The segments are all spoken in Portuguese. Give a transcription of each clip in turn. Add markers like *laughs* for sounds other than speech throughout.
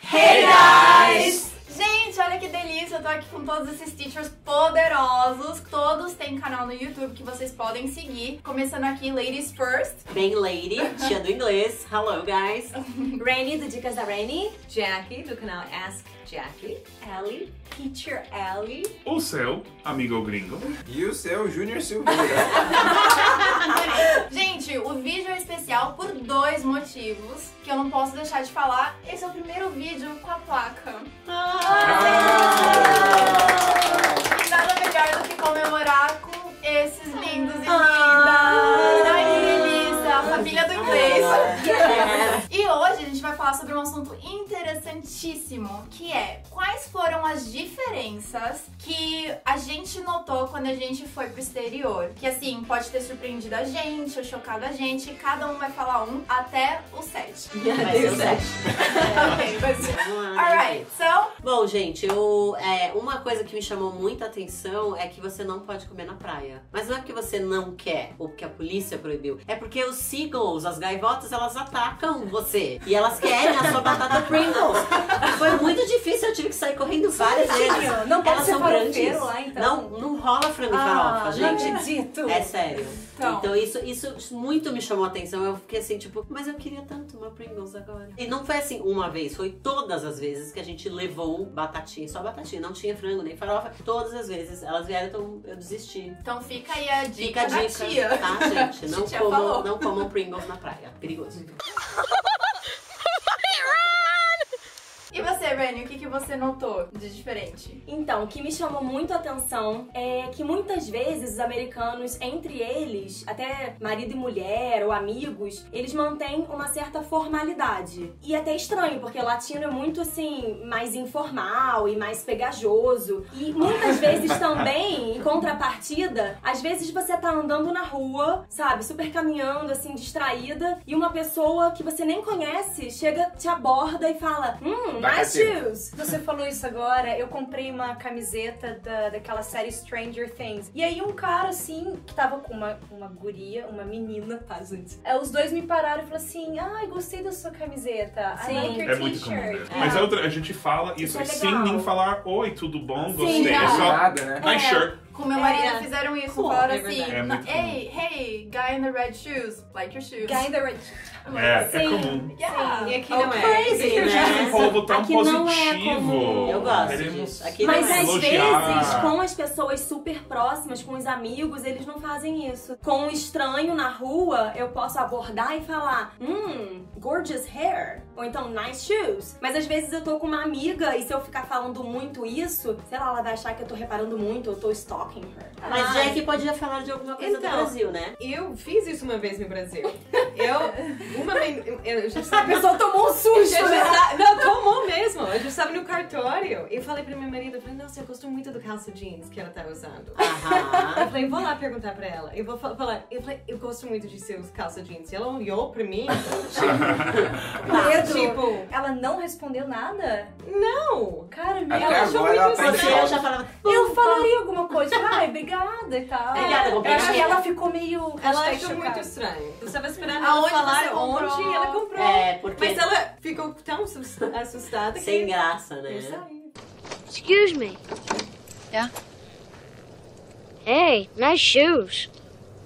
Hey guys! Gente, olha que delícia, eu tô aqui com todos esses teachers poderosos. Todos têm canal no YouTube que vocês podem seguir. Começando aqui, Ladies First. *laughs* Bem lady, tia do inglês. Hello *laughs* guys. Rainy, do Dicas da Rainy. Jackie, do canal Ask Jackie. Ellie, Teacher *laughs* Ellie. O seu, amigo é gringo. E o seu Júnior Silveira. Gente, o vídeo é especial por dois motivos que eu não posso deixar de falar. Esse é o primeiro vídeo com a placa. E Nada melhor do que comemorar com esses lindos e lindas. Ai, que delícia, a família do inglês. E hoje a gente vai falar sobre um assunto interessantíssimo, que é quais foram as diferenças que a gente notou quando a gente foi pro exterior. Que assim, pode ter surpreendido a gente, ou chocado a gente, cada um vai falar um até o sete. Vai ser o sete. ok, vai é. ser. *laughs* Alright, so. Bom, gente, eu, é, uma coisa que me chamou muita atenção é que você não pode comer na praia. Mas não é porque você não quer ou porque a polícia proibiu. É porque os seagulls, as gaivotas, elas atacam você. E elas querem a sua batata Pringles. Foi muito difícil, eu tive que sair correndo *laughs* várias vezes. Não Elas pode ser são grandes. farofeiro lá, então? Não, não rola frango e farofa, Ah, não gente. acredito. É sério. Então. Então, isso, isso muito me chamou a atenção. Eu fiquei assim, tipo, mas eu queria tanto uma Pringles agora. E não foi assim uma vez, foi todas as vezes que a gente levou batatinha, só batatinha, não tinha frango nem farofa. Todas as vezes elas vieram, então eu desisti. Então fica aí a Fica dica, a da dica, tia. tá, gente? Não, Titia falou. comam, não comam Pringles na praia. Perigoso. E você, Rani, o que, que você notou de diferente? Então, o que me chamou muito a atenção é que muitas vezes os americanos, entre eles, até marido e mulher ou amigos, eles mantêm uma certa formalidade. E até estranho, porque latino é muito assim, mais informal e mais pegajoso. E *laughs* muitas vezes também, em contrapartida, às vezes você tá andando na rua, sabe, super caminhando, assim, distraída, e uma pessoa que você nem conhece chega, te aborda e fala: Hum, Dá nice cacete." shoes. Você falou isso agora, eu comprei uma camiseta da, daquela série Stranger Things. E aí um cara, assim, que tava com uma, uma guria, uma menina, tá, gente? É, os dois me pararam e falaram assim, ai, gostei da sua camiseta, I Sim. like your É muito comum, né? t-shirt. Ah, Mas é outra, a gente fala isso, Isso é sem legal. nem falar, oi, tudo bom, Sim, gostei. é. É só, Nada, né? nice shirt. Com meu É. marido fizeram isso, Cool, falaram é assim: verdade. É muito Hey, hey, guy in the red shoes, like your shoes. Guy in the red. É, é Sim. comum. yeah. E aqui não é. Oh, Crazy, Gente, um né? povo tão Aqui não é positivo. comum. Eu gosto Queremos- disso. Aqui Mas não é. às Elogiar. vezes, com as pessoas super próximas, com os amigos, eles não fazem isso. Com um estranho na rua, eu posso abordar e falar: Hum, gorgeous hair. Ou então, nice shoes. Mas às vezes eu tô com uma amiga e se eu ficar falando muito isso, sei lá, ela vai achar que eu tô reparando muito, eu tô stalking her. Mas é Jack podia falar de alguma coisa do Então. Brasil, *laughs* né? Eu fiz isso uma vez no Brasil. Eu, uma vez, eu já A estava... pessoa tomou um susto. Eu né? já sa- Não, tomou mesmo. Eu já estava no cartório. Eu falei pra minha marido, eu falei, nossa, eu gosto muito do calço jeans que ela tá usando. Eu Aham. falei, vou lá perguntar pra ela. Eu vou fa- falar, eu falei, eu gosto muito de seus calça jeans. E ela olhou pra mim, tá. Pedro, tipo, ela não respondeu nada? não. Cara, meu, Até Ela achou agora ela muito tá em Você estranho. choque. já falava. eu falaria alguma coisa, tipo, ai, obrigada e tal. Obrigada, eu comprei acho que cheiro. ela ficou meio... Ela hashtag achou chocada. muito estranho. Eu estava esperando Aonde ela você falar comprou? onde e ela comprou. É, porque Mas ela ficou tão assus- assustada que sem graça, né? eu saí. Excuse me. Yeah? Hey, nice shoes.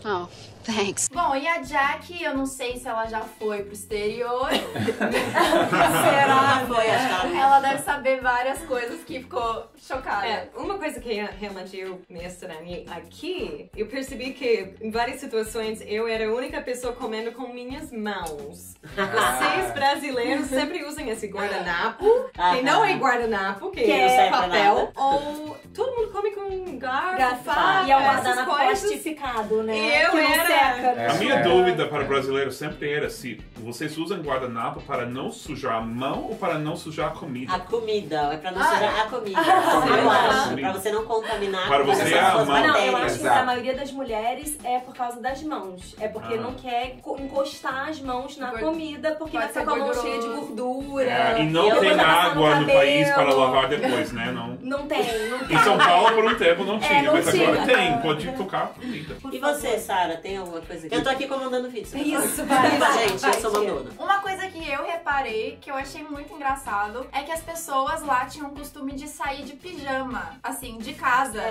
Oh, thanks. Bom, e a Jack, eu não sei se ela já foi pro exterior. Será? Foi, acho que ela ela deve saber várias coisas que ficou chocada. É, uma coisa que eu- realmente eu me estranhei aqui, eu percebi que em várias situações eu era a única pessoa comendo com minhas mãos. Ah. Vocês brasileiros sempre usam esse guardanapo, que não é guardanapo, que, Que não é serve pra papel. nada. Ou todo mundo come com garfo, Garfo, faca, E é um essas guardanapo coisas. plastificado, né? Eu que não seca. era- tipo. É, A minha é. dúvida para o brasileiro sempre era se vocês usam guardanapo para não sujar a mão ou para não sujar a A comida. comida, é pra não Ah. sujar a comida. Ah. eu acho, Sim. pra você não contaminar Para com você essas é a suas mão. Ah, Não, eu bactérias. acho que Exato. a maioria das mulheres é por causa das mãos. É porque Ah. não quer co- encostar as mãos na Gor- comida, porque Pode vai ficar ser com a mão gorduroso. cheia de gordura. É, e não Eu tem vou passar no água no país cabelo. para lavar depois, né? Não. Não tem, *laughs* não tem. Em São Paulo, por um tempo, não tinha, não mas agora tinha. tem. Pode tocar comida. E você, Sara, tem alguma coisa que... Eu tô aqui comandando o vídeo. você tá Isso, falando? vai, vai, Gente, vai, eu sou tia. mandona. Uma coisa que eu reparei, que eu achei muito engraçado, é que as pessoas lá tinham o costume de sair de pijama, assim, de casa.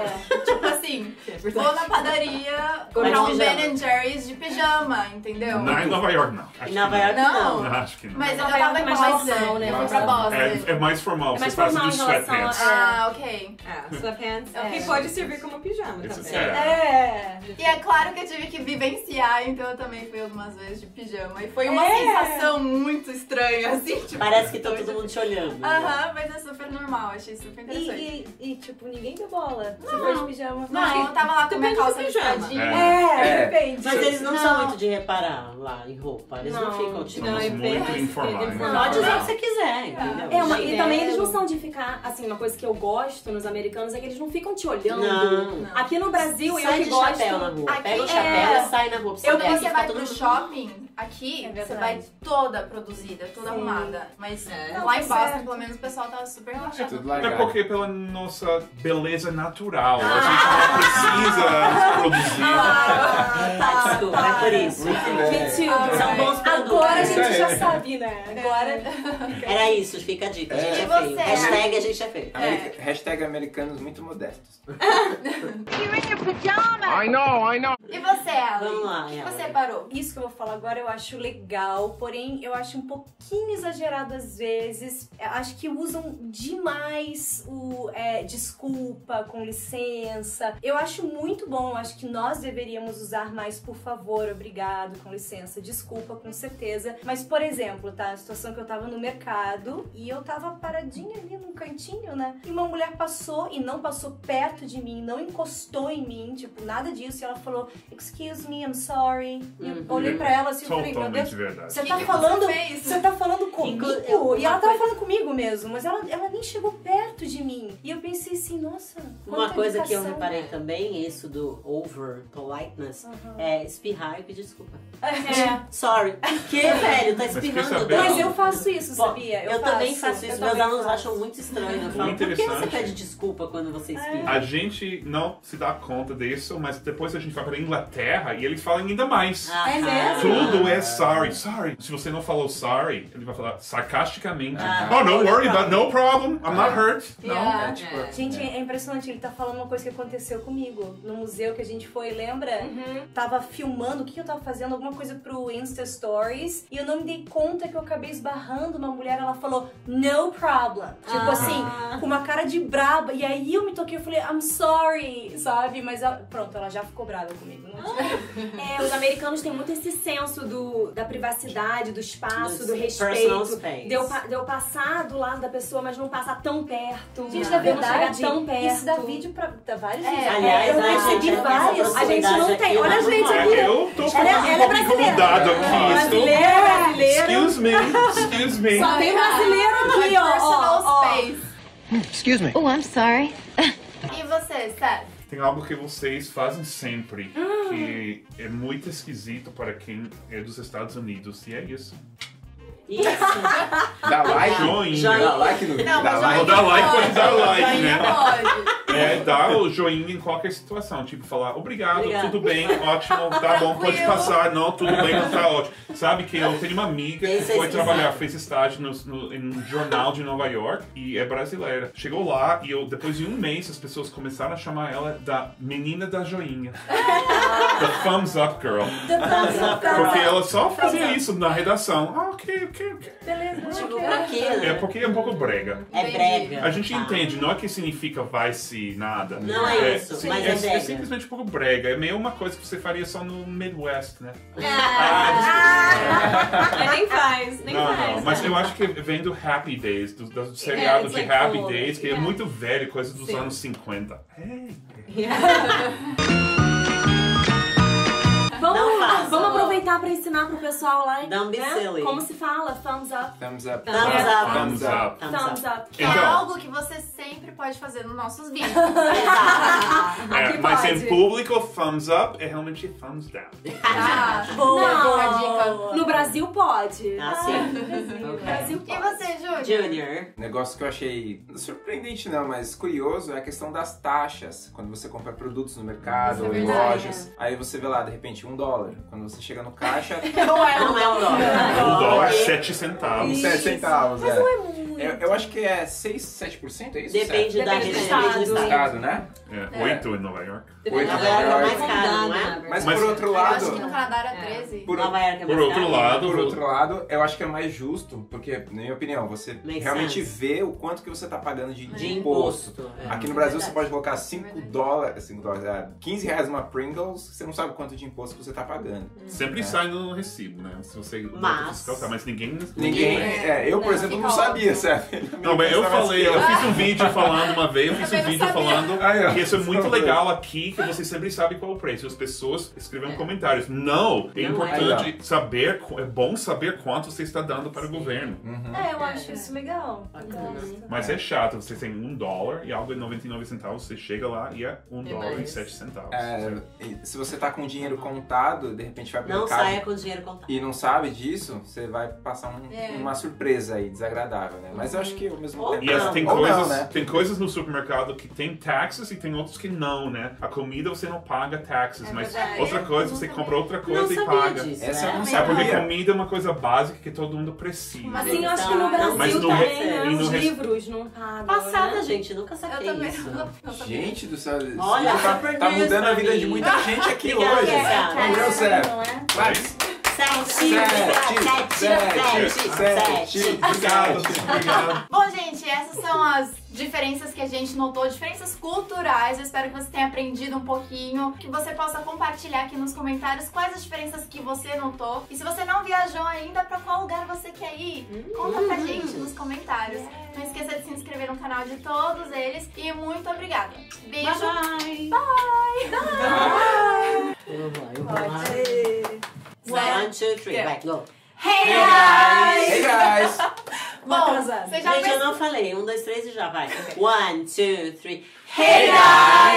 Tipo assim, É vou verdade. na Mas de padaria comprar um pijama. Ben Jerry's de pijama, entendeu? Não, é em Nova York, não. Acho Em que Nova York, Não. não. não. Acho que não. Mas eu Nova York tava é em mais Boston, formal, né? eu fui Mas- pra Boston. É, é mais formal, É mais você faz formal do em relação sweatpants. a- Ah, ok. Ah, sweatpants. É. Que pode servir como pijama Esse- também. é. É. E é claro que eu tive que vivenciar, então eu também fui algumas vezes de pijama. E foi uma É. sensação muito estranha, assim, tipo. Parece que tá todo mundo te olhando. né? Aham, mas é super normal, achei super E, interessante. e, e, tipo, ninguém deu bola. Você foi de pijama. Não, eu tava lá com a minha Depende do calça pijama. listradinha. É, É. depende. Mas eles não, Não. são muito de reparar lá em roupa. Eles não, Não. ficam tipo. Somos Não, é muito bem- informais. *laughs* Não, Pode usar o que você quiser, entendeu? É, uma- Sim, e é. também eles não são de ficar, assim, uma coisa que eu gosto nos americanos é que eles não ficam te olhando. Não. Não. Ah, Aqui no Brasil, sai eu de que gosto. chapéu na rua. Aqui Pega o é- chapéu e sai na rua. Pra Eu ver, que aqui você fica vai todo pro mundo- shopping, aqui tá É você verdade. vai toda produzida, toda arrumada. Mas É. lá em Não, Boston, tá certo. pelo menos, o pessoal tava super É relaxado. tudo É legal. porque pela nossa beleza natural, a gente não precisa se produzir. Ah, tá, desculpa, é por isso. Muito bem. Mentira. São bons produtos. Agora um, a né? Isso gente aí. É. já sabe, né? Agora. Era isso, fica a dica. A gente é, É. E feio. você? Hashtag a gente é feio. America- Hashtag americanos muito modestos. Pajama! *laughs* E você, Ellen? Vamos lá, O que Ellen. você parou? Então, Isso que eu vou falar agora eu acho legal, porém eu acho um pouquinho exagerado às vezes. Eu Acho que usam demais o é, desculpa, com licença. Eu acho muito bom, eu acho que nós deveríamos usar mais por favor, obrigado, com licença, desculpa, com certeza. Mas, por exemplo, tá? A situação que eu tava no mercado e eu tava paradinha ali num cantinho, né? E uma mulher passou e não passou perto de mim, não encostou em mim, tipo, nada disso. E ela falou, Excuse me, I'm sorry. E eu Uhum. olhei pra ela assim e falei, meu Deus, Totalmente verdade. você Que tá que falando. Você fez? Você tá falando comigo? Inclu- eu- E ela tava falando comigo mesmo, mas ela, ela nem chegou perto de mim. E eu pensei assim, nossa. Uma quanta coisa que eu educação. reparei também, isso do over politeness, é espirrar e pedir desculpa. *laughs* É. Sorry. Que, velho, tá espirrando. sabendo. Mas não. eu faço isso, Bom, sabia? Eu, também faço Eu isso, meus também alunos faço. acham muito estranho. Eu Muito falo, por que você interessante. pede desculpa quando você espirra? A gente não se dá conta disso, mas depois a gente vai pra Inglaterra e eles falam ainda mais. Ah, É mesmo? Tudo é sorry, sorry. Se você não falou sorry, ele vai falar sarcasticamente. Ah. oh, no worry, but no problem, I'm not hurt. Yeah. É tipo. Gente, é impressionante, ele tá falando uma coisa que aconteceu comigo no museu que a gente foi, lembra? Uhum. Tava filmando, o que que eu tava fazendo? Alguma coisa pro Insta Stories, e eu não me dei conta que eu acabei esbarrando uma mulher, ela falou, no problem. Tipo Ah. Ah. assim, com uma cara de braba, e aí eu me toquei, eu falei, I'm sorry, sabe? Mas ela, pronto, ela já ficou brava comigo. Não tinha- É, os americanos têm muito esse senso do, da privacidade, do espaço, do, Personal respeito. space. Deu, pa, deu passar do lado da pessoa, mas não passar tão perto. Gente, não na verdade, Ah, chegar tão perto. isso dá vídeo pra, pra vários É, vídeos. Aliás, eu a percebi gente- vários. essa A gente não proximidade tem. aqui, Olha a não gente vai. aqui. Eu tô Ela- ficando um ela é pouco brasileira. é incomodado aqui. Estou... Brasileira, brasileira. Excuse me, excuse me. Só tem um brasileiro Ah, aqui, ó. Personal ó, ó. space. Excuse me. Oh, I'm sorry. E você, Seth? Tem algo que vocês fazem sempre que é muito esquisito para quem é dos Estados Unidos e é isso. Isso. Dá like. Joinha. Dá like no vídeo. Não, Dá mas Vou like. dar like, pode dar like, Ainda né? pode. É dar o joinha em qualquer situação. Tipo, falar obrigado, Obrigado. tudo bem, ótimo, tá bom, pode Tranquilo. passar, não, tudo bem, não tá ótimo. Sabe que eu tenho uma amiga que Esse é foi esquisito. trabalhar, fez estágio no, no- em um jornal de Nova York e é brasileira. Chegou lá e eu, depois de um mês as pessoas começaram a chamar ela da menina da joinha. The thumbs up girl. Tá, Porque ela só fazia isso na redação. Ah, ok, ok, ok. tipo, pra quê? né? É porque é um pouco brega. É brega. A gente Tá. entende, não é que significa vai-se nada. Não é isso, sim- mas é é, brega. simplesmente um pouco brega. É meio uma coisa que você faria só no Midwest, né? Mas nem faz, nem não, faz. né? não. Mas eu acho que vem do Happy Days, do, do É, seriado it's de like Happy old, Days, que é yeah. muito velho, coisa dos Sim. anos É, 50. Hey. Não Vamos, façam. vamos aproveitar pra ensinar pro pessoal lá. Don't be né? silly. Como se fala? Thumbs up. Thumbs up. Thumbs up. Thumbs up. Thumbs up. Thumbs up. Que é *laughs* Então. algo que você sempre pode fazer nos nossos *laughs* vídeos. Tá. É, mas em público, thumbs up é realmente thumbs down. Tá? Não, no Brasil pode. Ah, sim. No Ok. Brasil E pode. você, Júlio? Junior. Negócio que eu achei surpreendente não, mas curioso é a questão das taxas. Quando você compra produtos no mercado Isso é ou em verdade, lojas, aí você vê lá, de repente, um dólar. Quando você chega no caixa, Não é Não é um dólar. Um dólar, sete centavos. sete centavos. Mas é. não é muito. Eu, eu acho que é 6, 7%, é isso? Depende da região, Depende do depende do do estado. estado, né? É, oito em Nova York. Oito Nova Nova York é York. mais caro, não é? Mas, Mas- por outro Eu acho que lado, no Canadá era É. 13. por, Nova York é mais Por outro caro. lado, por outro lado, eu acho que é mais justo, porque, na minha opinião, você Makes realmente sense. vê o quanto que você tá pagando de, de de imposto. imposto. é. Aqui no É Brasil verdade. você pode colocar É 5 verdade. dólares, 5 dólares, é, 15 reais uma Pringles, você não sabe quanto de imposto que você tá pagando. Sempre É. sai no recibo, né? Se você Mas- fiscal, tá, mas ninguém. Ninguém. É, eu, por Não, exemplo, fica não sabia, óbvio. sabe? é Não, mas eu assim, falei, eu fiz um vídeo falando uma vez, eu fiz Também um não vídeo sabia. falando Aí, ó. que isso é muito Desculpa. legal aqui, que você sempre sabe qual é o preço. As pessoas escrevem comentários. Não, é Não é. importante saber, qu- é bom saber quanto você está dando para o governo. Uhum. É, eu acho isso legal. Bacana. Mas é chato, você tem um dólar e algo é 99 centavos, você chega lá e é um É dólar e mais. sete centavos. É, e se você tá com dinheiro contado, de repente vai pro Não mercado saia com dinheiro contado. e não sabe disso, você vai passar um- É. uma surpresa aí, desagradável, né? Mas eu acho que ao mesmo Ou tempo. E as- tem, Ou não, coisas, né? tem coisas no supermercado que tem taxas e tem outros que não, né? A comida você não paga taxas, É mas verdade. outra Eu coisa não você sabia. compra outra Não coisa e sabia paga. disso. Essa né? eu É não porque sabia. comida é uma coisa básica que todo mundo precisa. Mas Assim, eu acho que no Mas Brasil no também, re- né? e no Os re- livros não pagam. Passada, né? gente, nunca Eu saquei também isso. não, *laughs* não sabia. Gente do céu, isso Olha, tá, super tá news mudando pra a vida mim. de muita gente aqui Obrigada, hoje. Sara. Não deu certo. Não é? Vai. Sete, sete, sete, sete. Obrigado, obrigado. Bom, gente, essas são as diferenças que a gente notou, diferenças culturais. Eu espero que você tenha aprendido um pouquinho, que você possa compartilhar aqui nos comentários quais as diferenças que você notou. E se você não viajou ainda, pra qual lugar você quer ir? Conta pra gente nos comentários. Não esqueça de se inscrever no canal de todos eles. E muito obrigada. Beijo. Bye. One, two, three, vai, go. Hey, Hey guys! Bom, você já Gente, eu não falei. Um, dois, três e já vai. One, two, three. Hey guys!